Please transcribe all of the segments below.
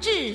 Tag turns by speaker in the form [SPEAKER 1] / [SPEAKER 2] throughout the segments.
[SPEAKER 1] 致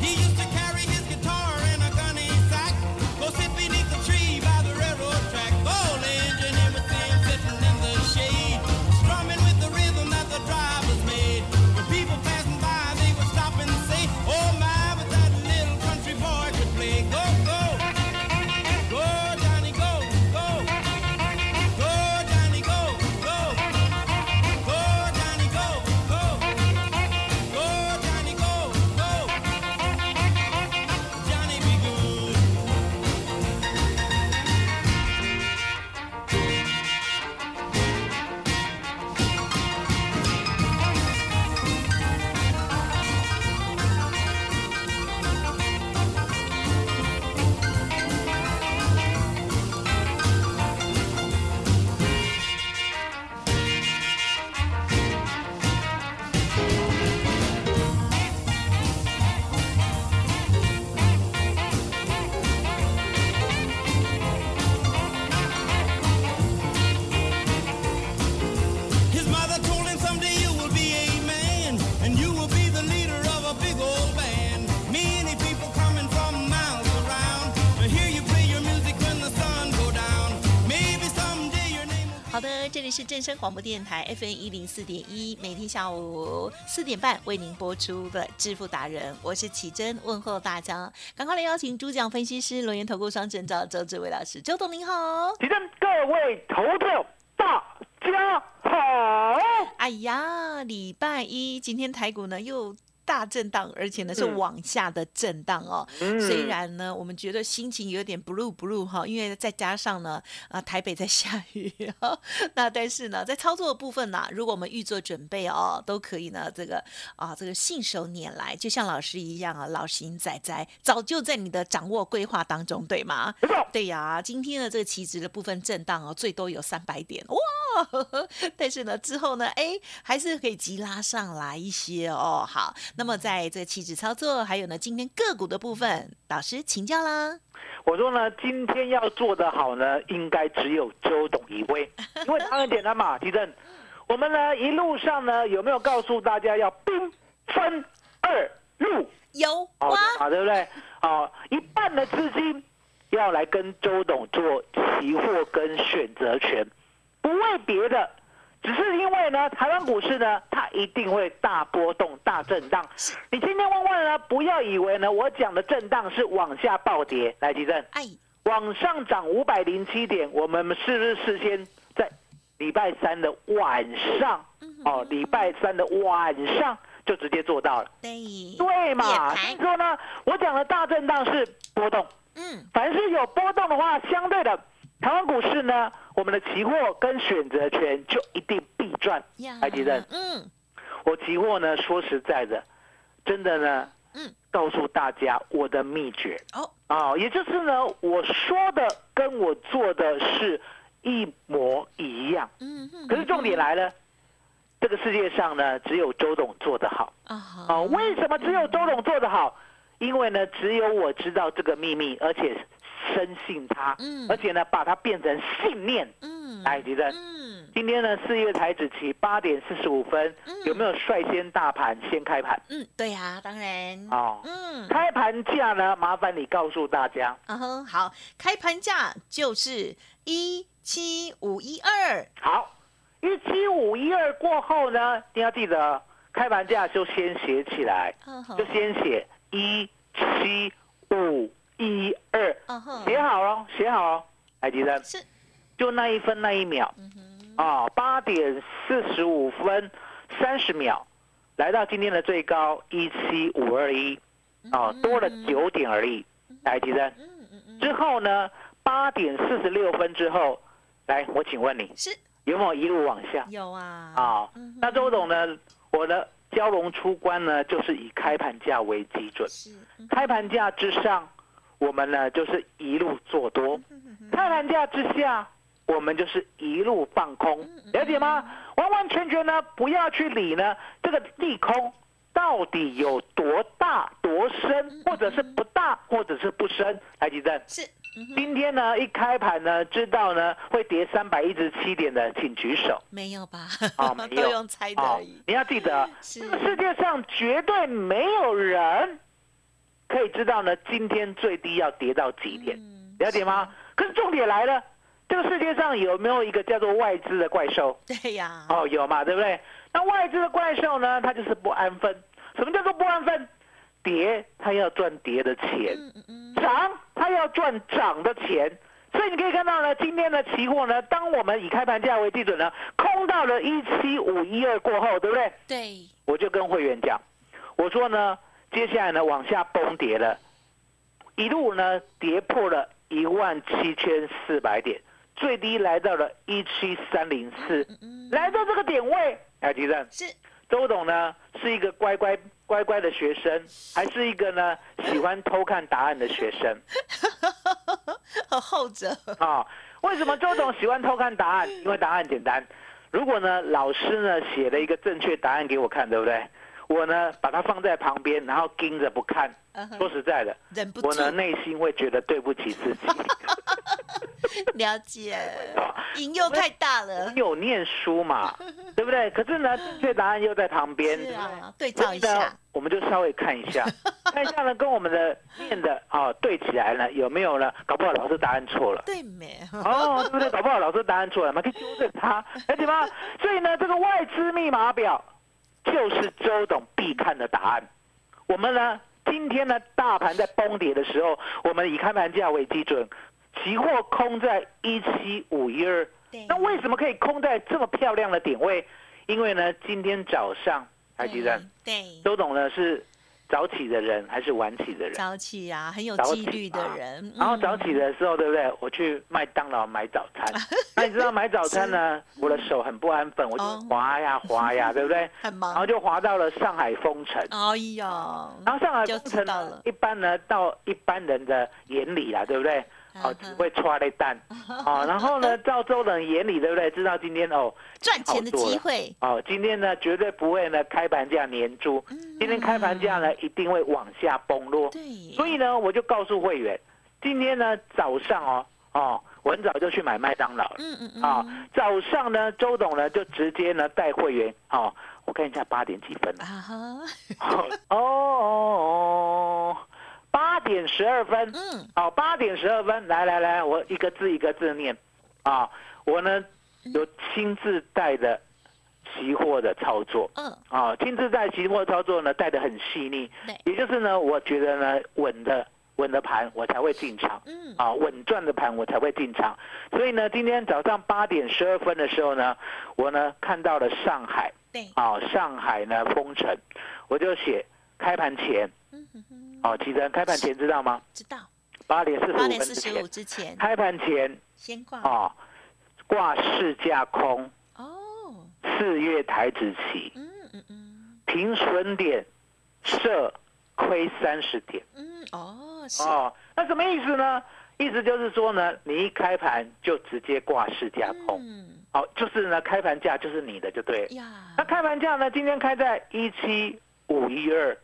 [SPEAKER 2] He used to carry his guitar in a gunny sack. Go sit beneath the tree by the railroad track. Old engineer would see him sitting in the shade, strumming with the rhythm that the drivers made. When people passing by, they would stop and say, Oh my, but that little country boy could play. Go, go, go, Johnny, go, go, go, Johnny, go, go, go, Johnny, go, go, go, Johnny, go, go. Johnny be good. His mother told him someday you will be a man and you will be the leader of a big old band. Many people coming from miles around to hear you play your music when the sun go down. Maybe someday your name will
[SPEAKER 1] 好的，这里是正声广播电台 FN 一零四点一，每天下午四点半为您播出的《致富达人》，我是启珍，问候大家。赶快来邀请主讲分析师、轮研投顾双证照周志伟老师，周董您好。
[SPEAKER 3] 提振各位投资者大家好。
[SPEAKER 1] 哎呀，礼拜一今天台股呢又。大震荡，而且呢是
[SPEAKER 3] 嗯
[SPEAKER 1] 往下的震荡哦。
[SPEAKER 3] 嗯
[SPEAKER 1] 虽然呢，我们觉得心情有点 blue blue 哈，因为再加上呢，啊、台北在下雨、那但是呢，在操作的部分呢，如果我们预做准备哦，都可以呢，这个啊，这个信手拈来，就像老师一样啊，老行仔仔早就在你的掌握规划当中，对吗？
[SPEAKER 3] 没错，
[SPEAKER 1] 对呀、今天的这个期指的部分震荡哦，最多有三百点哇呵呵！ 但是呢，之后呢，哎，还是可以急拉上来一些哦。好，那
[SPEAKER 3] 嗯
[SPEAKER 1] 么在这个期指操作，还有呢，今天个股的部分，老师请教啦。
[SPEAKER 3] 我说呢，今天要做得好呢，应该只有周董一 位，因为他很简单嘛。提振，我们呢一路上呢有没有告诉大家要兵分二路？
[SPEAKER 1] 有
[SPEAKER 3] 好
[SPEAKER 1] 哇，
[SPEAKER 3] 啊，对不对？哦，一半的资金要来跟周董做期货跟选择权，不为别的，只是因为呢，台湾股市呢，它一定会大波动、大震荡。你今天问问呢，不要以为呢，我讲的震荡是往下暴跌，来，吉正，
[SPEAKER 1] 哎，
[SPEAKER 3] 往上涨五百零七点，我们是不是事先在礼拜三的晚上
[SPEAKER 1] 嗯？哼
[SPEAKER 3] 哦，礼拜三的晚上就直接做到了。
[SPEAKER 1] 对，
[SPEAKER 3] 对嘛？
[SPEAKER 1] 夜盘
[SPEAKER 3] 所以说呢，我讲的大震荡是波动，
[SPEAKER 1] 嗯，
[SPEAKER 3] 凡是有波动的话，相对的台湾股市呢，我们的期货跟选择权就一定必赚。
[SPEAKER 1] 呀，
[SPEAKER 3] 来吉正，
[SPEAKER 1] 嗯，
[SPEAKER 3] 我期货呢，说实在的，真的呢，
[SPEAKER 1] 嗯，
[SPEAKER 3] 告诉大家我的秘诀
[SPEAKER 1] 哦，
[SPEAKER 3] 啊、也就是呢，我说的跟我做的是一模一样。
[SPEAKER 1] 嗯哼，
[SPEAKER 3] 可是重点来了，这个世界上呢，只有周董做得好。
[SPEAKER 1] 啊哈，
[SPEAKER 3] 哦，为什么只有周董做得好？因为呢，只有我知道这个秘密，而且深信它，
[SPEAKER 1] 嗯
[SPEAKER 3] 而且呢，把它变成信念。
[SPEAKER 1] 嗯，
[SPEAKER 3] 来，吉正，
[SPEAKER 1] 嗯，
[SPEAKER 3] 今天呢，四月台指期八点四十五分
[SPEAKER 1] 嗯，
[SPEAKER 3] 有没有率先大盘先开盘？
[SPEAKER 1] 嗯，对呀、当然，
[SPEAKER 3] 哦，
[SPEAKER 1] 嗯，
[SPEAKER 3] 开盘价呢，麻烦你告诉大家，
[SPEAKER 1] 嗯哼，好，开盘价就是一七五一二，
[SPEAKER 3] 好，一七五一二过后呢，你要记得开盘价就先写起来，
[SPEAKER 1] 嗯
[SPEAKER 3] 就
[SPEAKER 1] 哼，
[SPEAKER 3] 先写一七五一二。
[SPEAKER 1] 嗯哼，
[SPEAKER 3] 写好了，写好了，海迪生，
[SPEAKER 1] 是，
[SPEAKER 3] 就那一分那一秒
[SPEAKER 1] 嗯哼，
[SPEAKER 3] 啊，八点四十五分三十秒，来到今天的最高一七五二一，啊，多了九点而已，海迪生。
[SPEAKER 1] 嗯嗯嗯，
[SPEAKER 3] 之后呢，八点四十六分之后，来，我请问你
[SPEAKER 1] 是
[SPEAKER 3] 有没有一路往下
[SPEAKER 1] 有啊，
[SPEAKER 3] 啊？那周董呢？我的交融出关呢，就是以开盘价为基准，
[SPEAKER 1] 是，
[SPEAKER 3] 开盘价之上，我们呢就是一路做多；
[SPEAKER 1] 嗯
[SPEAKER 3] 开盘价之下，我们就是一路放空，了解吗？完完全全呢，不要去理呢这个利空到底有多大、多深，或者是不大，或者是不深。来，吉正，
[SPEAKER 1] 是，嗯哼，
[SPEAKER 3] 今天呢一开盘呢，知道呢会跌三百一十七点的，请举手。
[SPEAKER 1] 没有吧？
[SPEAKER 3] 哦没
[SPEAKER 1] 都
[SPEAKER 3] 有
[SPEAKER 1] 用猜的
[SPEAKER 3] 啊
[SPEAKER 1] 而已。
[SPEAKER 3] 你要记得，
[SPEAKER 1] 是
[SPEAKER 3] 这个世界上绝对没有人可以知道呢，今天最低要跌到几点，
[SPEAKER 1] 嗯
[SPEAKER 3] 了解吗？可是重点来了，这个世界上有没有一个叫做外资的怪兽？
[SPEAKER 1] 对呀，
[SPEAKER 3] 哦，有嘛，对不对？那外资的怪兽呢，它就是不安分。什么叫做不安分？跌，它要赚跌的钱；
[SPEAKER 1] 嗯嗯嗯，
[SPEAKER 3] 涨，它要赚涨的钱。所以你可以看到呢，今天的期货呢，当我们以开盘价为基准呢，空到了一七五一二过后，对不对？
[SPEAKER 1] 对，
[SPEAKER 3] 我就跟会员讲，我说呢，接下来呢往下崩跌了，一路呢跌破了一万七千四百点，最低来到了一七三零四，
[SPEAKER 1] 嗯，
[SPEAKER 3] 来到这个点位，哎，吉正，
[SPEAKER 1] 是
[SPEAKER 3] 周董呢是一个乖乖乖乖的学生，还是一个呢喜欢偷看答案的学生？
[SPEAKER 1] 后者，
[SPEAKER 3] 啊、为什么周董喜欢偷看答案？因为答案简单。如果呢，老师呢写了一个正确答案给我看，对不对？我呢把它放在旁边，然后盯着不看。
[SPEAKER 1] 嗯哼
[SPEAKER 3] 说实在的，
[SPEAKER 1] 忍不住
[SPEAKER 3] 我呢内心会觉得对不起自己。
[SPEAKER 1] 了解，引诱太大了
[SPEAKER 3] 我，有念书嘛，对不对？可是呢，正确答案又在旁边。
[SPEAKER 1] 是啊，对
[SPEAKER 3] 所
[SPEAKER 1] 照
[SPEAKER 3] 以
[SPEAKER 1] 一
[SPEAKER 3] 呢
[SPEAKER 1] 下，，
[SPEAKER 3] 哦我们就稍微 看一下，看一下呢，跟我们的念的啊、对起来呢，有没有呢？搞不好老师答案错了。
[SPEAKER 1] 对没？
[SPEAKER 3] 哦，对不对？搞不好老师答案错了嘛，可以纠正 他，了解吗？所以呢，这个外资密码表就是周董必看的答案。我们呢，今天呢，大盘在崩跌的时候，我们以开盘价为基准，期货空在一七五一二
[SPEAKER 1] 对。
[SPEAKER 3] 那为什么可以空在这么漂亮的点位？因为呢，今天早上，台积电，
[SPEAKER 1] 对，
[SPEAKER 3] 周董呢是早起的人还是晚起的人？
[SPEAKER 1] 早起啊，很有
[SPEAKER 3] 早
[SPEAKER 1] 纪
[SPEAKER 3] 起
[SPEAKER 1] 律的
[SPEAKER 3] 嘛
[SPEAKER 1] 人，
[SPEAKER 3] 然后
[SPEAKER 1] 嗯
[SPEAKER 3] 早起的时候，对不对？我去麦当劳买早餐。 那你知道买早餐呢，我的手很不安分，我就
[SPEAKER 1] 哦
[SPEAKER 3] 滑呀滑 呀，对不对？
[SPEAKER 1] 很
[SPEAKER 3] 然
[SPEAKER 1] 忙
[SPEAKER 3] 后，就滑到了上海封城。
[SPEAKER 1] 哎呀，
[SPEAKER 3] 然后上海
[SPEAKER 1] 就
[SPEAKER 3] 封
[SPEAKER 1] 知
[SPEAKER 3] 城
[SPEAKER 1] 道
[SPEAKER 3] 呢
[SPEAKER 1] 了，
[SPEAKER 3] 一般呢到一般人的眼里啦，对不对？
[SPEAKER 1] 嗯
[SPEAKER 3] 哦，只会抓了 蛋。哦，然后呢，到周人眼里，对不对？知道今天哦，
[SPEAKER 1] 赚钱的机会，
[SPEAKER 3] 哦，今天呢绝对不会呢开盘价粘住，
[SPEAKER 1] 嗯
[SPEAKER 3] 今天开盘价呢一定会往下崩落。
[SPEAKER 1] 对，
[SPEAKER 3] 所以呢，我就告诉会员，今天呢早上哦哦，我很早就去买麦当劳了
[SPEAKER 1] 嗯嗯嗯，
[SPEAKER 3] 啊、早上呢，周董呢就直接呢带会员哦，我看一下八点几分 了
[SPEAKER 1] 啊哈，
[SPEAKER 3] 哦哦，八、点十二分
[SPEAKER 1] 嗯，
[SPEAKER 3] 哦，八点十二分，来来来，我一个字一个字念啊、我呢有亲自带的期货的操作。
[SPEAKER 1] 嗯，
[SPEAKER 3] 啊，亲自带期货操作呢，带的很细腻
[SPEAKER 1] 对，
[SPEAKER 3] 也就是呢，我觉得呢，稳的稳的盘我才会进场，
[SPEAKER 1] 嗯
[SPEAKER 3] 啊，稳赚的盘我才会进场。所以呢，今天早上八点十二分的时候呢，我呢看到了上海
[SPEAKER 1] 对，
[SPEAKER 3] 啊，上海呢封城，我就写开盘前，
[SPEAKER 1] 嗯哼哼，
[SPEAKER 3] 哦、其实开盘前知道吗？
[SPEAKER 1] 知道，
[SPEAKER 3] 八点四十五
[SPEAKER 1] 八
[SPEAKER 3] 分
[SPEAKER 1] 点
[SPEAKER 3] 之
[SPEAKER 1] 四十
[SPEAKER 3] 前
[SPEAKER 1] 五，之前
[SPEAKER 3] 开盘前
[SPEAKER 1] 先挂
[SPEAKER 3] 啊，挂市价空
[SPEAKER 1] 哦，
[SPEAKER 3] 四月台子期。
[SPEAKER 1] 嗯嗯嗯
[SPEAKER 3] 停损点设亏三十点
[SPEAKER 1] 嗯，哦，是
[SPEAKER 3] 哦，那什么意思呢？意思就是说呢，你一开盘就直接挂市价空，
[SPEAKER 1] 嗯
[SPEAKER 3] 哦，就是呢开盘价就是你的就对了。
[SPEAKER 1] 呀
[SPEAKER 3] 那，开盘价呢，今天开在一七五一二，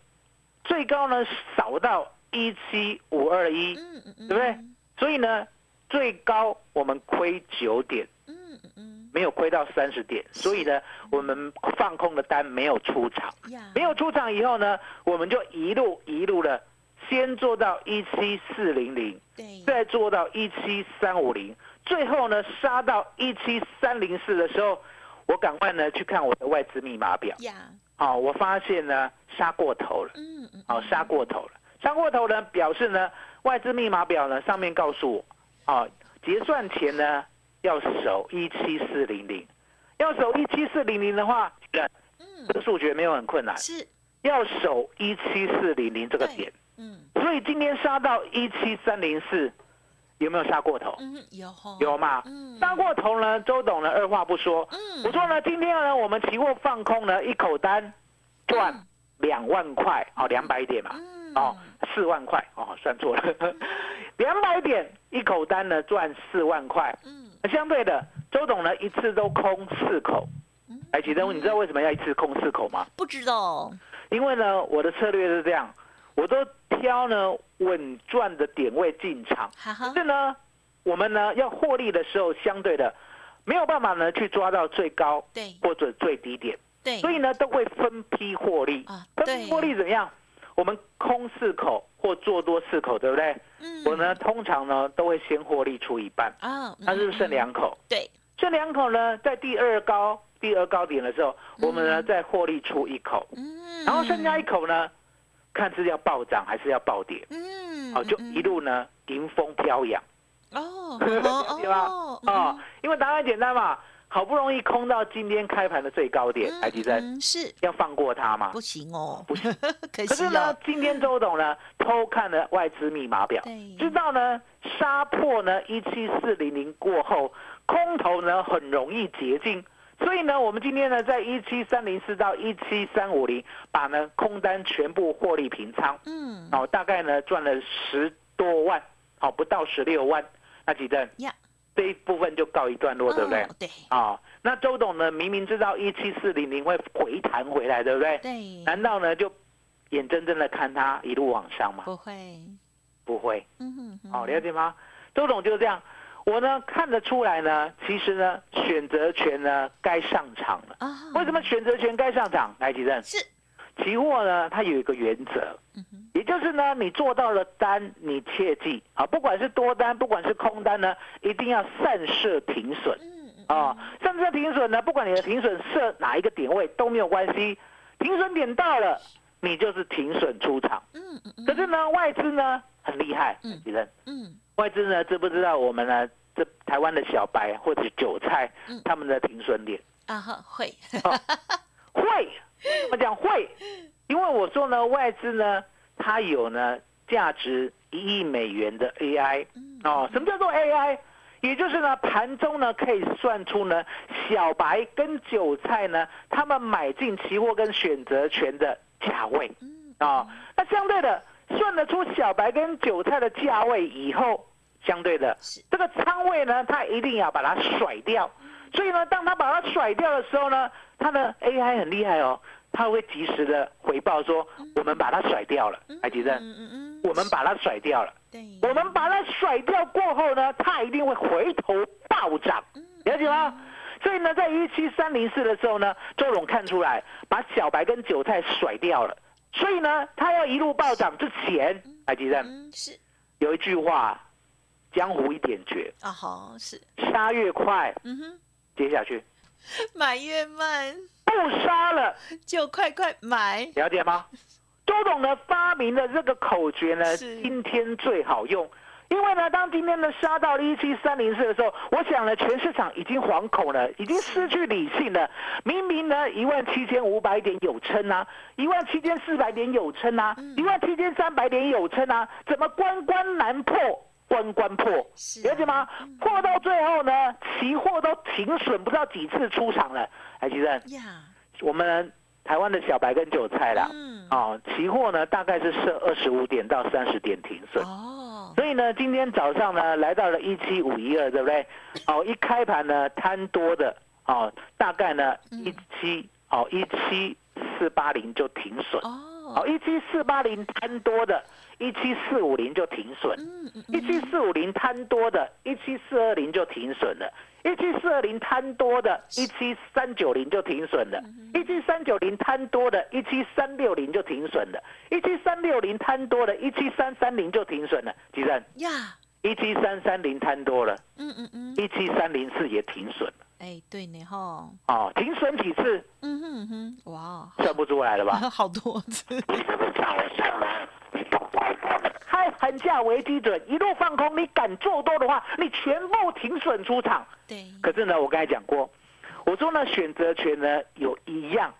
[SPEAKER 3] 最高呢扫到一七五二一，
[SPEAKER 1] 嗯嗯嗯，
[SPEAKER 3] 对不对？所以呢最高我们亏九点，
[SPEAKER 1] 嗯嗯
[SPEAKER 3] 没有亏到三十点，所以呢我们放空的单没有出场。
[SPEAKER 1] 嗯呀，
[SPEAKER 3] 没有出场以后呢，我们就一路一路的，先做到一七四零零，
[SPEAKER 1] 对，
[SPEAKER 3] 再做到一七三五零，最后呢杀到一七三零四的时候，我赶快呢去看我的外资密码表，
[SPEAKER 1] 呀，
[SPEAKER 3] 好、我发现呢杀过头了，
[SPEAKER 1] 嗯嗯，
[SPEAKER 3] 好、杀过头了，杀过头呢表示呢外资密码表呢上面告诉我，啊、结算前呢要守一七四零零，要守一七四零零的话，呃
[SPEAKER 1] 嗯
[SPEAKER 3] 这个数学没有很困难。
[SPEAKER 1] 是，
[SPEAKER 3] 要守一七四零零这个点，
[SPEAKER 1] 嗯
[SPEAKER 3] 所以今天杀到一七三零四，有没有杀过头？
[SPEAKER 1] 嗯有吼
[SPEAKER 3] 有啊嘛？
[SPEAKER 1] 嗯
[SPEAKER 3] 杀过头呢，周董呢二话不说，
[SPEAKER 1] 嗯
[SPEAKER 3] 我说呢，今天呢我们期货放空呢一口单，赚两万块，哦，两百点嘛，
[SPEAKER 1] 嗯
[SPEAKER 3] 哦，四万块，哦，算错了， 两百点一口单呢赚四万块，
[SPEAKER 1] 嗯
[SPEAKER 3] 那相对的，周董呢一次都空四口
[SPEAKER 1] 嗯。
[SPEAKER 3] 哎，启东，你知道为什么要一次空四口吗？
[SPEAKER 1] 不知道，
[SPEAKER 3] 因为呢，我的策略是这样，我都挑呢稳赚的点位进场。
[SPEAKER 1] 哈哈
[SPEAKER 3] 可，是呢，我们呢要获利的时候，相对的没有办法呢去抓到最高
[SPEAKER 1] 对
[SPEAKER 3] 或者最低点，
[SPEAKER 1] 对，
[SPEAKER 3] 所以呢都会分批获利。
[SPEAKER 1] 啊，
[SPEAKER 3] 分
[SPEAKER 1] 对
[SPEAKER 3] 批，获利怎么样？我们空四口或做多四口，对不对？
[SPEAKER 1] 嗯
[SPEAKER 3] 我呢通常呢都会先获利出一半，
[SPEAKER 1] 啊，嗯
[SPEAKER 3] 那是不是剩，两口？
[SPEAKER 1] 嗯对，
[SPEAKER 3] 这两口呢，在第二高第二高点的时候，我们呢再获利出一口，
[SPEAKER 1] 嗯，
[SPEAKER 3] 然后剩下一口呢，看是要暴涨还是要暴跌，
[SPEAKER 1] 嗯，
[SPEAKER 3] 哦，就
[SPEAKER 1] 嗯
[SPEAKER 3] 一路呢迎风飘扬
[SPEAKER 1] 哦，
[SPEAKER 3] 对吧
[SPEAKER 1] 哦
[SPEAKER 3] 哦，因为答案简单嘛，好不容易空到今天开盘的最高点，哎台积电
[SPEAKER 1] 嗯是
[SPEAKER 3] 要放过它嘛
[SPEAKER 1] 不？行哦，
[SPEAKER 3] 不行，
[SPEAKER 1] 可
[SPEAKER 3] 可
[SPEAKER 1] 惜
[SPEAKER 3] 是呢
[SPEAKER 1] 了，，
[SPEAKER 3] 今天周董呢偷看了外资密码表，
[SPEAKER 1] 对，
[SPEAKER 3] 知道呢杀破呢一七四零零过后，空头呢很容易捷径，所以呢我们今天呢在一七三零四到一七三五零把呢空单全部获利平仓，
[SPEAKER 1] 嗯，
[SPEAKER 3] 哦大概呢赚了十多万，好、不到十六万，那几阵
[SPEAKER 1] 呀
[SPEAKER 3] 这一部分就告一段落，对不对？
[SPEAKER 1] 哦对
[SPEAKER 3] 啊、那周董呢明明知道一七四零零会回弹回来，对不对？
[SPEAKER 1] 对，
[SPEAKER 3] 难道呢就眼睁睁的看它一路往上吗？
[SPEAKER 1] 不会，
[SPEAKER 3] 不会。
[SPEAKER 1] 嗯哼哼，
[SPEAKER 3] 好、哦了解吗？周董就是这样。我呢看得出来呢，其实呢选择权呢该上场了。
[SPEAKER 1] 啊，
[SPEAKER 3] 为什么选择权该上场？来，吉正，
[SPEAKER 1] 是？
[SPEAKER 3] 期货呢它有一个原则，
[SPEAKER 1] 嗯哼，
[SPEAKER 3] 也就是呢你做到了单，你切记啊，不管是多单，不管是空单呢，一定要散射停损
[SPEAKER 1] 嗯嗯
[SPEAKER 3] 啊。散射停损呢，不管你的停损设哪一个点位都没有关系，停损点到了，你就是停损出场。
[SPEAKER 1] 嗯嗯嗯，
[SPEAKER 3] 可是呢外资呢很厉害，
[SPEAKER 1] 嗯
[SPEAKER 3] 吉正。
[SPEAKER 1] 嗯
[SPEAKER 3] 外资呢知不知道我们呢这台湾的小白或者韭菜
[SPEAKER 1] 嗯
[SPEAKER 3] 他们的停损点？
[SPEAKER 1] 啊哈会，
[SPEAKER 3] 会，我讲会，因为我说呢外资呢它有呢价值一亿美元的 AI
[SPEAKER 1] 嗯
[SPEAKER 3] 哦，什么叫做 AI？也就是呢，盘中呢可以算出呢，小白跟韭菜呢，他们买进期货跟选择权的价位。
[SPEAKER 1] 嗯
[SPEAKER 3] 啊、那相对的，算得出小白跟韭菜的价位以后，相对的
[SPEAKER 1] 是，
[SPEAKER 3] 这个仓位呢，他一定要把它甩掉。所以呢，当他把它甩掉的时候呢，他的 AI 很厉害哦，他会及时的回报说，我们把它甩掉了，
[SPEAKER 1] 嗯
[SPEAKER 3] 海吉正，
[SPEAKER 1] 嗯嗯嗯，
[SPEAKER 3] 我们把它甩掉了。
[SPEAKER 1] 对，
[SPEAKER 3] 我们把它甩掉过后呢，它一定会回头暴涨，
[SPEAKER 1] 嗯
[SPEAKER 3] 了解吗？所以呢，在一七三零四的时候呢，周总看出来把小白跟韭菜甩掉了，所以呢，他要一路暴涨之前，海记得
[SPEAKER 1] 嗯是
[SPEAKER 3] 有一句话，江湖一点绝，
[SPEAKER 1] 啊好是，
[SPEAKER 3] 杀越快，
[SPEAKER 1] 嗯哼，
[SPEAKER 3] 接下去
[SPEAKER 1] 买越慢
[SPEAKER 3] 不杀了，
[SPEAKER 1] 就快快买，
[SPEAKER 3] 了解吗？周董呢发明的这个口诀呢，
[SPEAKER 1] 是
[SPEAKER 3] 今天最好用。因为呢，当今天呢杀到一七三零四的时候，我想呢，全市场已经惶恐了，已经失去理性了。明明呢，一万七千五百点有撑啊，一万七千四百点有撑啊
[SPEAKER 1] 嗯，
[SPEAKER 3] 一万七千三百点有撑啊，怎么关关难破，关关破？
[SPEAKER 1] 是啊
[SPEAKER 3] 了解吗？破到最后呢，期货都停损不知道几次出场了。哎，其实
[SPEAKER 1] 呀，
[SPEAKER 3] 我们台湾的小白跟韭菜啦，
[SPEAKER 1] 嗯
[SPEAKER 3] 哦，期货呢大概是设二十五点到三十点停损，
[SPEAKER 1] 哦，
[SPEAKER 3] 所以呢，今天早上呢来到了一七五一二，对不对？哦，一开盘呢摊多的哦，大概呢
[SPEAKER 1] 嗯
[SPEAKER 3] 一七哦一七四八零就停损，
[SPEAKER 1] 哦，
[SPEAKER 3] 哦一七四八零摊多的，一七四五零就停损，
[SPEAKER 1] 嗯嗯
[SPEAKER 3] 一七四五零摊多的，一七四二零就停损了。一七四二零摊多的，一七三九零就停损了；
[SPEAKER 1] 嗯
[SPEAKER 3] 一七三九零摊多的，一七三六零就停损了；一七三六零摊多的，一七三三零就停损了。吉正，
[SPEAKER 1] 呀，
[SPEAKER 3] 一七三三零摊多了，
[SPEAKER 1] 嗯嗯嗯，
[SPEAKER 3] 一七三零四也停损了。
[SPEAKER 1] 哎对呢哈，
[SPEAKER 3] 哦，停损几次
[SPEAKER 1] 嗯哼哼，哇，
[SPEAKER 3] 算不出来了吧？
[SPEAKER 1] 好多次，
[SPEAKER 3] 你是不是找我上门？你懂不懂开盘价为基准，一路放空，你敢做多的话，你全部停损出场。
[SPEAKER 1] 对，
[SPEAKER 3] 可是呢，我刚才讲过，我说呢，选择权呢有一样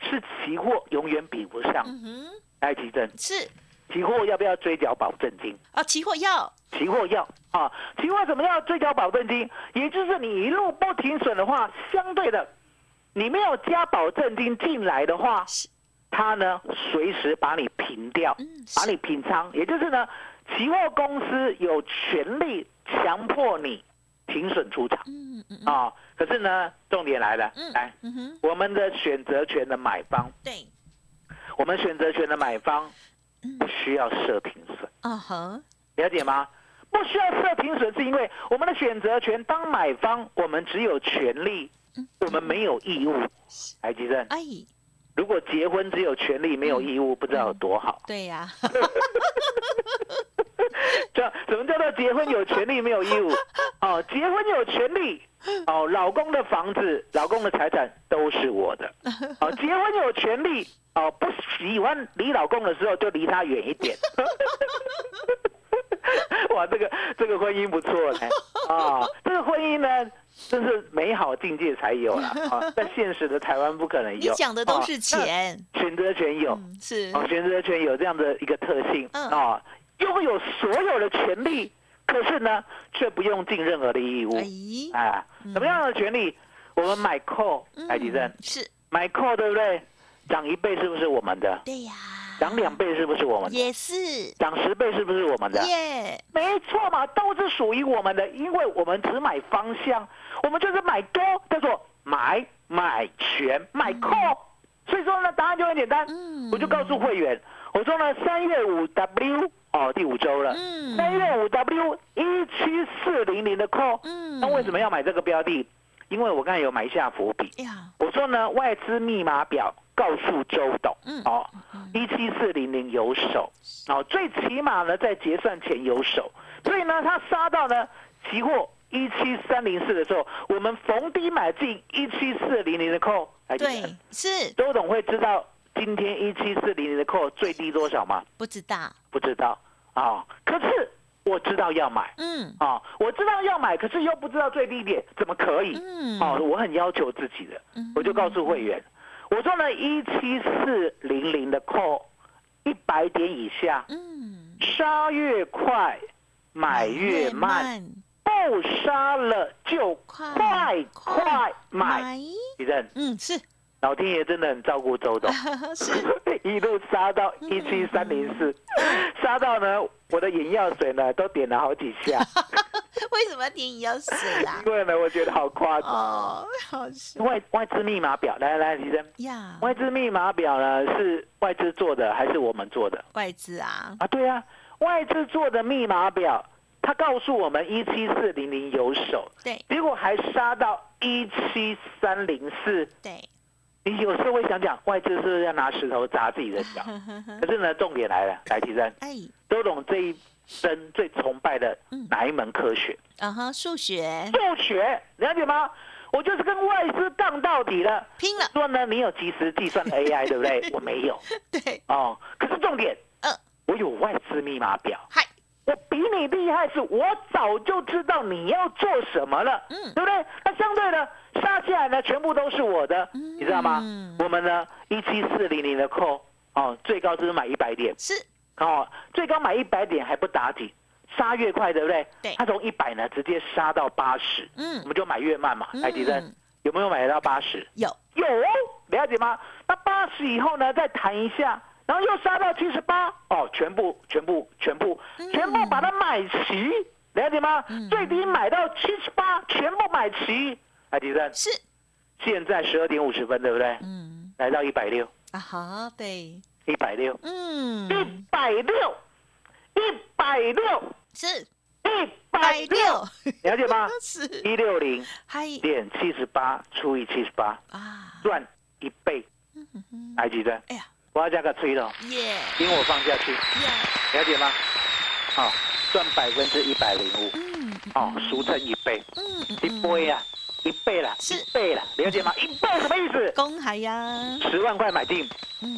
[SPEAKER 3] 是期货永远比不上。
[SPEAKER 1] 嗯哼，
[SPEAKER 3] 来，奇正，
[SPEAKER 1] 是
[SPEAKER 3] 期货要不要追缴保证金？
[SPEAKER 1] 啊，期货要，
[SPEAKER 3] 期货要啊，期货怎么样追缴保证金？也就是你一路不停损的话，相对的，你没有加保证金进来的话
[SPEAKER 1] 是，
[SPEAKER 3] 它呢随时把你平掉，
[SPEAKER 1] 嗯，
[SPEAKER 3] 把
[SPEAKER 1] 是
[SPEAKER 3] 你平仓，也就是呢，期货公司有权利强迫你停损出场
[SPEAKER 1] 嗯嗯嗯
[SPEAKER 3] 啊、可是呢，重点来了，
[SPEAKER 1] 嗯
[SPEAKER 3] 来，
[SPEAKER 1] 嗯哼，
[SPEAKER 3] 我们的选择权的买方，
[SPEAKER 1] 对，
[SPEAKER 3] 我们选择权的买方
[SPEAKER 1] 嗯
[SPEAKER 3] 不需要设停损，
[SPEAKER 1] 啊哈，
[SPEAKER 3] 了解吗？不需要设停损，是因为我们的选择权当买方，我们只有权利
[SPEAKER 1] 嗯，
[SPEAKER 3] 我们没有义务。来，吉正，
[SPEAKER 1] 哎，
[SPEAKER 3] 如果结婚只有权利没有义
[SPEAKER 1] 嗯
[SPEAKER 3] 务，不知道有多好。
[SPEAKER 1] 对呀，
[SPEAKER 3] 这什么叫做结婚有权利没有 义务？哦，结婚有权利。哦，老公的房子、老公的财产都是 我的。哦，结婚有权利。哦，不喜欢离老公的时候就离他远一点。 哇，这个这个婚姻不错呢。啊、这个婚姻呢，真是美好境界才有啦。啊、在现实的台湾不可能
[SPEAKER 1] 你
[SPEAKER 3] 有。
[SPEAKER 1] 讲的都是
[SPEAKER 3] 哦
[SPEAKER 1] 钱，
[SPEAKER 3] 那选择权有。
[SPEAKER 1] 嗯，是，
[SPEAKER 3] 哦，选择权有这样的一个特性
[SPEAKER 1] 嗯
[SPEAKER 3] 啊，拥有所有的权利，可是呢，却不用尽任何的义务
[SPEAKER 1] 哎，
[SPEAKER 3] 啊。
[SPEAKER 1] 嗯
[SPEAKER 3] 什么样的权利？我们买 call，海吉生
[SPEAKER 1] 嗯，是，
[SPEAKER 3] 买 call 对不对？涨一倍是不是我们的？
[SPEAKER 1] 对呀，
[SPEAKER 3] 涨两倍是不是我们的？
[SPEAKER 1] 啊也是，
[SPEAKER 3] 涨十倍是不是我们的？
[SPEAKER 1] 耶，
[SPEAKER 3] 没错嘛，都是属于我们的，因为我们只买方向，我们就是买多，叫做买买权买 call。所以说呢，答案就很简单，
[SPEAKER 1] 嗯
[SPEAKER 3] 我就告诉会员，我说呢，三月五 W 哦，第五周了，
[SPEAKER 1] 嗯
[SPEAKER 3] 三月五 W 一七四零零的 call，
[SPEAKER 1] 嗯
[SPEAKER 3] 那为什么要买这个标的？因为我刚才有埋下伏笔，
[SPEAKER 1] 哎呀，
[SPEAKER 3] 我说呢，外资密码表告诉周董，
[SPEAKER 1] 嗯
[SPEAKER 3] 哦，一七四零零有手，哦，最起码呢在结算前有手，所以呢，他杀到呢期货一七三零四的时候，我们逢低买进一七四零零的扣，来
[SPEAKER 1] 对，是
[SPEAKER 3] 周董会知道今天一七四零零的扣最低多少吗？
[SPEAKER 1] 不知道，
[SPEAKER 3] 不知道啊、可是我知道要买
[SPEAKER 1] 嗯
[SPEAKER 3] 啊、我知道要买，可是又不知道最低点，怎么可以？
[SPEAKER 1] 嗯，
[SPEAKER 3] 哦，我很要求自己的，我就告诉会员，我说呢，一七四零零的 call，一百点以下，
[SPEAKER 1] 嗯，
[SPEAKER 3] 杀越快，买越慢，不杀了就
[SPEAKER 1] 快
[SPEAKER 3] 快快买。
[SPEAKER 1] 买，
[SPEAKER 3] 李正，
[SPEAKER 1] 嗯，是
[SPEAKER 3] 老天爷真的很照顾周董，
[SPEAKER 1] 是，
[SPEAKER 3] 一路杀到一七三零四，杀到呢，我的眼药水呢都点了好几下，
[SPEAKER 1] 为什么电影要死啦？
[SPEAKER 3] 因为呢，我觉得好夸张。
[SPEAKER 1] 哦，好是
[SPEAKER 3] 外外资密码表，来来，李正。
[SPEAKER 1] 呀，
[SPEAKER 3] 外资密码表呢是外资做的还是我们做的
[SPEAKER 1] 外资啊，
[SPEAKER 3] 啊？对啊，外资做的密码表，它告诉我们一七四零零有手，
[SPEAKER 1] 对
[SPEAKER 3] 结果还杀到一七三零四。
[SPEAKER 1] 对，
[SPEAKER 3] 你有时候会想讲，外资是不是要拿石头砸自己的 脚？可是呢，重点来了，来提升
[SPEAKER 1] 哎，
[SPEAKER 3] 周董这一生最崇拜的
[SPEAKER 1] 嗯
[SPEAKER 3] 哪一门科学？
[SPEAKER 1] 啊哈，数学
[SPEAKER 3] 数学，了解吗？我就是跟外资杠到底了。
[SPEAKER 1] 拼了，
[SPEAKER 3] 说呢，你有即时计算的 AI 对 不对？我没有。
[SPEAKER 1] 对，
[SPEAKER 3] 哦，可是重点，
[SPEAKER 1] 嗯
[SPEAKER 3] 我有外资密码表，
[SPEAKER 1] 嗨，
[SPEAKER 3] 我比你厉害是，我早就知道你要做什么了，
[SPEAKER 1] 嗯
[SPEAKER 3] 对不对？那相对的杀下来呢，全部都是我的，
[SPEAKER 1] 嗯
[SPEAKER 3] 你知道吗？我们呢，一七四零零的扣哦，最高就是买一百点
[SPEAKER 1] 是，
[SPEAKER 3] 哦，最高买一百点还不打紧，杀越快，对不对？
[SPEAKER 1] 对
[SPEAKER 3] 它从一百呢直接杀到八十，我
[SPEAKER 1] 嗯，
[SPEAKER 3] 们就买越慢嘛。
[SPEAKER 1] 嗯
[SPEAKER 3] 来，迪生有没有买到八十？
[SPEAKER 1] 有，
[SPEAKER 3] 有哦，了解吗？那八十以后呢，再弹一下，然后又杀到七十八，哦，全部全部全部
[SPEAKER 1] 嗯
[SPEAKER 3] 全部把它买齐，了解吗？最低买到七十八，全部买齐。来，迪生，
[SPEAKER 1] 是，
[SPEAKER 3] 现在十二点五十分，对不对？
[SPEAKER 1] 嗯，
[SPEAKER 3] 来到一百六，
[SPEAKER 1] 啊哈，对，
[SPEAKER 3] 一百六，一
[SPEAKER 1] 嗯，
[SPEAKER 3] 百六，一百六，
[SPEAKER 1] 是
[SPEAKER 3] 一
[SPEAKER 1] 百
[SPEAKER 3] 百六，
[SPEAKER 1] 六，？
[SPEAKER 3] 了解吗
[SPEAKER 1] 啊 嗯是，
[SPEAKER 3] 一六零
[SPEAKER 1] 嗨
[SPEAKER 3] 点七十八除以七十八，
[SPEAKER 1] 啊，嗯
[SPEAKER 3] 赚一倍。来，迪生，
[SPEAKER 1] 哎呀，
[SPEAKER 3] 我要加个吹了，哦
[SPEAKER 1] 耶
[SPEAKER 3] 因为我放下去。
[SPEAKER 1] 耶，
[SPEAKER 3] 了解吗？哦，赚百分之一百零五，
[SPEAKER 1] 嗯
[SPEAKER 3] 哦，俗称一倍，
[SPEAKER 1] 嗯嗯
[SPEAKER 3] 一
[SPEAKER 1] 嗯，
[SPEAKER 3] 倍啊，一倍啦，
[SPEAKER 1] 是
[SPEAKER 3] 一倍啦，了解吗？一倍什么意思？
[SPEAKER 1] 公海呀，
[SPEAKER 3] 十万块买进，
[SPEAKER 1] 嗯，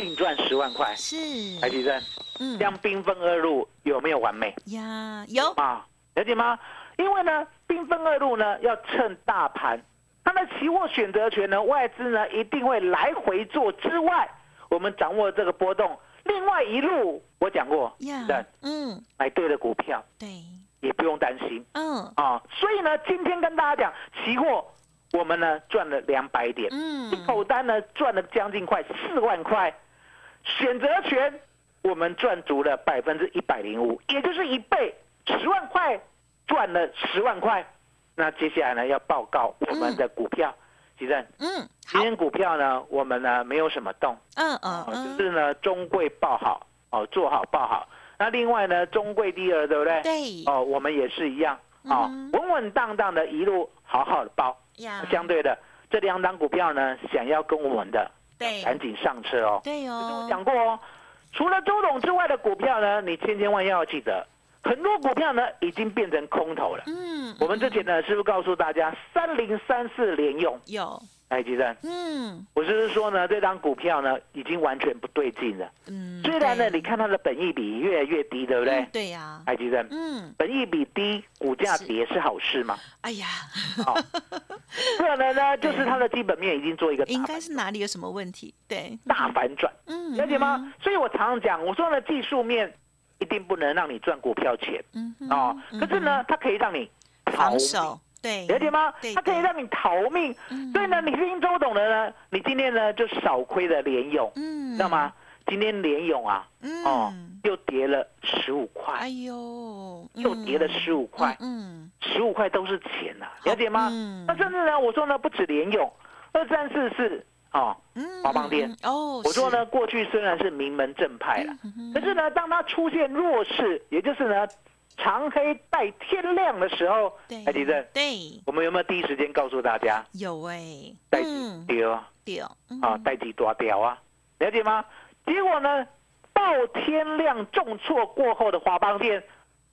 [SPEAKER 3] 净赚十万块。哎
[SPEAKER 1] 是，
[SPEAKER 3] 台积生，
[SPEAKER 1] 嗯
[SPEAKER 3] 这样兵分二路有没有完美
[SPEAKER 1] 呀，有，
[SPEAKER 3] 啊？了解吗？因为呢，兵分二路呢，要趁大盘，它的期货选择权呢，外资呢一定会来回做之外，我们掌握这个波动。另外一路，我讲过，
[SPEAKER 1] 呀
[SPEAKER 3] 但，
[SPEAKER 1] 嗯，
[SPEAKER 3] 买对了股票
[SPEAKER 1] 对，
[SPEAKER 3] 也不用担心。
[SPEAKER 1] 嗯
[SPEAKER 3] 啊、所以呢，今天跟大家讲，期货我们呢赚了两百点，
[SPEAKER 1] 嗯
[SPEAKER 3] 一口单呢赚了将近快四万块，选择权我们赚足了百分之一百零五，也就是一倍，十万块赚了十万块。那接下来呢，要报告我们的股票，其实
[SPEAKER 1] 嗯，
[SPEAKER 3] 今
[SPEAKER 1] 好，
[SPEAKER 3] 天股票呢，我们呢没有什么动，
[SPEAKER 1] 嗯嗯
[SPEAKER 3] 哦，就
[SPEAKER 1] 嗯，
[SPEAKER 3] 是呢中贵报好，哦做好报好。那另外呢，中贵第二，对不对？
[SPEAKER 1] 对
[SPEAKER 3] 哦，我们也是一样，哦
[SPEAKER 1] 嗯，
[SPEAKER 3] 稳稳当当的一路好好的报。
[SPEAKER 1] 呀，
[SPEAKER 3] 相对的，这两档股票呢，想要跟我们的
[SPEAKER 1] 对
[SPEAKER 3] 赶紧上车哦。
[SPEAKER 1] 对
[SPEAKER 3] 可是我
[SPEAKER 1] 哦，
[SPEAKER 3] 讲过哦，除了周董之外的股票呢，你千千万要记得，很多股票呢已经变成空头了。
[SPEAKER 1] 嗯，
[SPEAKER 3] 我们之前呢，是不是告诉大家三零三四联用？
[SPEAKER 1] 有，
[SPEAKER 3] 哎，吉正，
[SPEAKER 1] 嗯
[SPEAKER 3] 我是不是说呢，这张股票呢已经完全不对劲了。
[SPEAKER 1] 嗯，
[SPEAKER 3] 虽然呢，
[SPEAKER 1] 对
[SPEAKER 3] 你看它的本益比越来越低，对不对
[SPEAKER 1] 嗯？对呀，
[SPEAKER 3] 哎，吉正，
[SPEAKER 1] 嗯，
[SPEAKER 3] 本益比低，股价
[SPEAKER 1] 是
[SPEAKER 3] 跌是好事嘛？
[SPEAKER 1] 哎呀，
[SPEAKER 3] 哦，可能呢，就是它的基本面已经做一个大
[SPEAKER 1] 应
[SPEAKER 3] 反
[SPEAKER 1] 该是哪里有什么问题？对，
[SPEAKER 3] 大反转，
[SPEAKER 1] 嗯，
[SPEAKER 3] 了解吗？所以我常常讲，我说呢，技术面一定不能让你赚股票钱
[SPEAKER 1] 嗯？嗯
[SPEAKER 3] 哦，
[SPEAKER 1] 哼
[SPEAKER 3] 可是，呢，它可以让你
[SPEAKER 1] 嗯
[SPEAKER 3] 逃
[SPEAKER 1] 防
[SPEAKER 3] 命，
[SPEAKER 1] 守，对，
[SPEAKER 3] 了解吗
[SPEAKER 1] 对？
[SPEAKER 3] 它可以
[SPEAKER 1] 对
[SPEAKER 3] 让你逃命。
[SPEAKER 1] 嗯
[SPEAKER 3] 所以呢，你听周董的呢，你今天呢就少亏了联勇，
[SPEAKER 1] 嗯，
[SPEAKER 3] 知道吗？？今天联勇啊，哦
[SPEAKER 1] 嗯，，
[SPEAKER 3] 又跌了十五
[SPEAKER 1] 哎
[SPEAKER 3] 块，
[SPEAKER 1] 呦，
[SPEAKER 3] 又跌了
[SPEAKER 1] 嗯
[SPEAKER 3] 十五块，
[SPEAKER 1] 嗯，
[SPEAKER 3] 十五块都是钱呐，了解吗？
[SPEAKER 1] 嗯
[SPEAKER 3] 那甚至呢，我说呢，不止联勇，二三四四哦，
[SPEAKER 1] 嗯，
[SPEAKER 3] 华邦店
[SPEAKER 1] 嗯哦，
[SPEAKER 3] 我说
[SPEAKER 1] 是，嗯
[SPEAKER 3] 呢，过去虽然是名门正派了，可是呢，当它出现弱势，也就是呢长黑带天亮的时候，
[SPEAKER 1] 对，
[SPEAKER 3] 哎，李正，
[SPEAKER 1] 对，
[SPEAKER 3] 我们有没有第一时间告诉大家
[SPEAKER 1] 有哎，
[SPEAKER 3] 带
[SPEAKER 1] 嗯
[SPEAKER 3] 几丢啊，
[SPEAKER 1] 对哦，嗯
[SPEAKER 3] 啊，带几多掉啊？了解吗？结果呢，到天亮重挫过后的华邦店，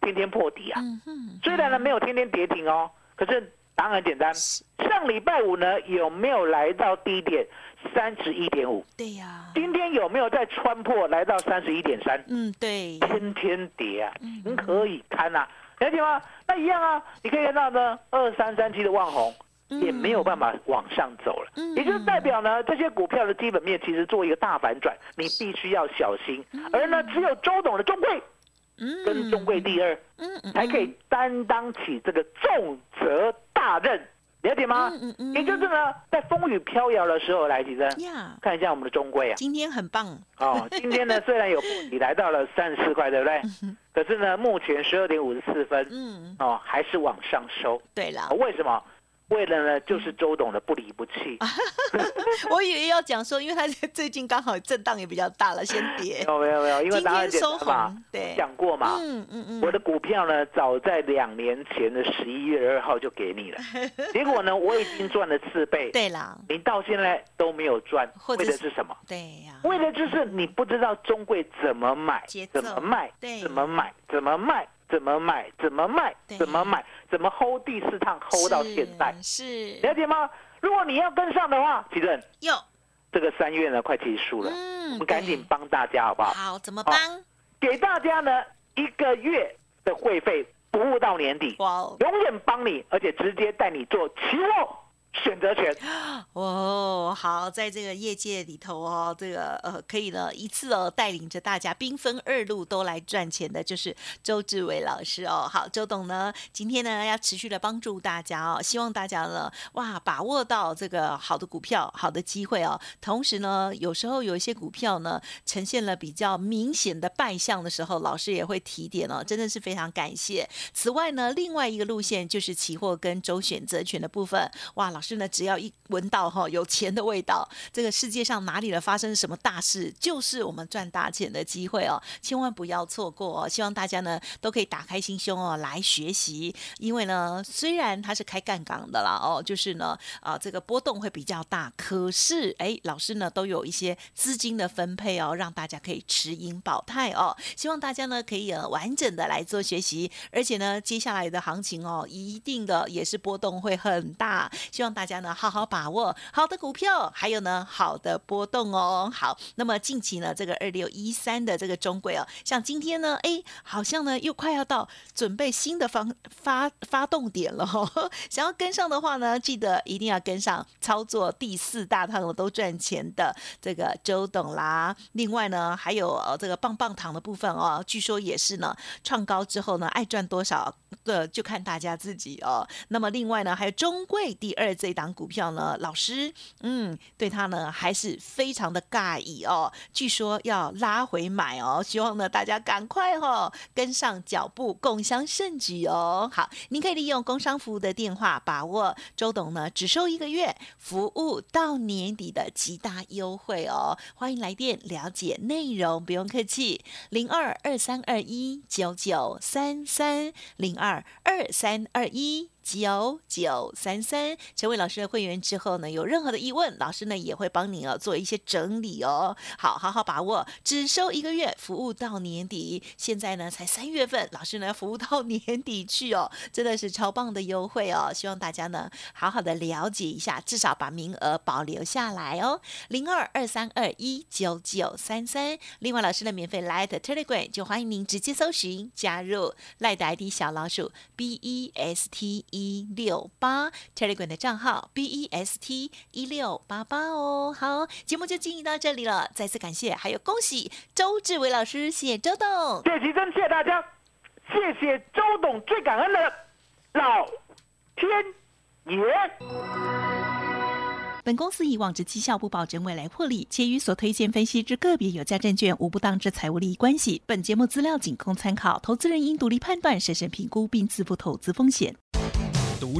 [SPEAKER 3] 天天破底啊。
[SPEAKER 1] 嗯哼，
[SPEAKER 3] 虽然呢没有天天跌停哦，可是答案很简单，
[SPEAKER 1] 是
[SPEAKER 3] 上礼拜五呢有没有来到低点三十一点五？
[SPEAKER 1] 对呀，
[SPEAKER 3] 今天有没有再穿破来到三十一点三？
[SPEAKER 1] 嗯，对，
[SPEAKER 3] 天天跌啊，
[SPEAKER 1] 嗯
[SPEAKER 3] 情何以堪啊！了解吗？那一样啊，你可以看到呢，二三三七的万红也没有办法往上走了，
[SPEAKER 1] 嗯
[SPEAKER 3] 也就是代表呢，这些股票的基本面其实做一个大反转，你必须要小心。而呢，只有周董的中贵
[SPEAKER 1] 嗯，
[SPEAKER 3] 跟中贵第二
[SPEAKER 1] 嗯，嗯
[SPEAKER 3] 才可以担当起这个重责大任，了解吗？
[SPEAKER 1] 嗯嗯嗯
[SPEAKER 3] 也就是呢，在风雨飘摇的时候来提升。
[SPEAKER 1] 呀，
[SPEAKER 3] 看一下我们的中贵啊，
[SPEAKER 1] 今天很棒，
[SPEAKER 3] 哦，今 天呢虽然有破底来到了三十四块，对不对？可是呢，目前十二点五十四分，
[SPEAKER 1] 嗯，
[SPEAKER 3] 哦，还是往上收。
[SPEAKER 1] 对了
[SPEAKER 3] 哦，为什么？为了呢，就是周董的不离不弃。
[SPEAKER 1] 啊我以为要讲说，因为它 最近刚好震荡也比较大了，先跌
[SPEAKER 3] 没，有没有没有，因为
[SPEAKER 1] 今
[SPEAKER 3] 答案
[SPEAKER 1] 天
[SPEAKER 3] 简
[SPEAKER 1] 收
[SPEAKER 3] 单
[SPEAKER 1] 红
[SPEAKER 3] 嘛，，
[SPEAKER 1] 对，
[SPEAKER 3] 讲过嘛。
[SPEAKER 1] 嗯嗯嗯，
[SPEAKER 3] 我的股票呢，早在两年前的十一月二号就给你 了，结果呢，我已经赚了四倍，
[SPEAKER 1] 对啦，
[SPEAKER 3] 你到现在都没有赚，
[SPEAKER 1] 或者
[SPEAKER 3] 为
[SPEAKER 1] 是
[SPEAKER 3] 的是什么？
[SPEAKER 1] 对呀，
[SPEAKER 3] 为的就是你不知道中贵怎么买
[SPEAKER 1] 节，奏
[SPEAKER 3] 怎么卖，
[SPEAKER 1] 对
[SPEAKER 3] 怎么买，怎么卖，怎么卖，怎么卖
[SPEAKER 1] 对，
[SPEAKER 3] 怎么买，怎么 hold 第四趟 hold 到现在，
[SPEAKER 1] 是
[SPEAKER 3] 了解吗？如果你要跟上的话，奇正，
[SPEAKER 1] 有，
[SPEAKER 3] 这个三月呢快结束了，
[SPEAKER 1] 嗯
[SPEAKER 3] 我们赶紧帮大家好不好？
[SPEAKER 1] 好，怎么帮？
[SPEAKER 3] 给大家呢一个月的会费，服务到年底，
[SPEAKER 1] 哇哦，
[SPEAKER 3] 永远帮你，而且直接带你做期货选择权。
[SPEAKER 1] 哦，好，在这个业界里头哦，这个呃，可以呢一次哦，带领着大家兵分二路都来赚钱的，就是周志伟老师哦。好，周董呢，今天呢要持续的帮助大家哦，希望大家呢，哇，把握到这个好的股票、好的机会哦。同时呢，有时候有一些股票呢呈现了比较明显的败相的时候，老师也会提点哦，真的是非常感谢。此外呢，另外一个路线就是期货跟周选择权的部分。哇，老师呢，只要一闻到哈、有钱的味道，这个世界上哪里的发生什么大事，就是我们赚大钱的机会哦，千万不要错过哦。希望大家呢都可以打开心胸哦，来学习，因为呢，虽然它是开杠杆的啦哦，就是呢啊这个波动会比较大，可是哎，老师呢都有一些资金的分配哦，让大家可以持盈保泰哦。希望大家呢可以呃完整的来做学习，而且呢接下来的行情哦，一定的也是波动会很大，希望大家呢好好把握好的股票，还有呢好的波动哦。好，那么近期呢这个二六一三的这个中轨哦，像今天呢，哎，好像呢又快要到准备新的方发发动点了哦。 想要跟上的话呢，记得一定要跟上操作第四大趟的都赚钱的这个周董啦。另外呢，还有呃这个棒棒糖的部分哦，据说也是呢创高之后呢，爱赚多少的、呃就看大家自己哦。那么另外呢，还有中贵第二这一档股票呢，老师嗯对它呢还是非常的尬意哦，据说要拉回买哦，希望呢大家赶快哦跟上脚步，共襄盛举哦。好，您可以利用工商服务的电话把握周董呢只收一个月服务到年底的极大优惠哦，欢迎来电了解内容，不用客气。零二二三二一九九三三零二二三二一九九三三，成为老师的会员之后呢，有任何的疑问，老师呢也会帮你哦做一些整理哦。好，好好把握，只收一个月，服务到年底。现在呢才三月份，老师呢服务到年底去哦，真的是超棒的优惠哦。希望大家呢好好的了解一下，至少把名额保留下来哦。零二二三二一九九三三。另外，老师的免费 Light Telegram 就欢迎您直接搜寻加入 Light 的 ID 小老鼠 B E S T 一六八 Telegram 的账号 B E S T 一六八八哦。好，节目就进行到这里了，再次感谢，还有恭喜周志伟老师，谢谢周董，
[SPEAKER 3] 这集真谢谢大家，谢谢周董，最感恩的老天爷。
[SPEAKER 4] 本公司以往之绩效不保证未来获利，且与所推荐分析之个别有价证券无不当之财务利益关系。本节目资料仅供参考，投资人应独立判断、审慎评估并自负投资风险。
[SPEAKER 5] 独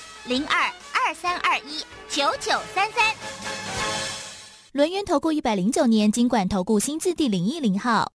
[SPEAKER 6] 零二二三二一九九三三。
[SPEAKER 7] 轮源投顾一百零九年经管投顾新字第零一零号。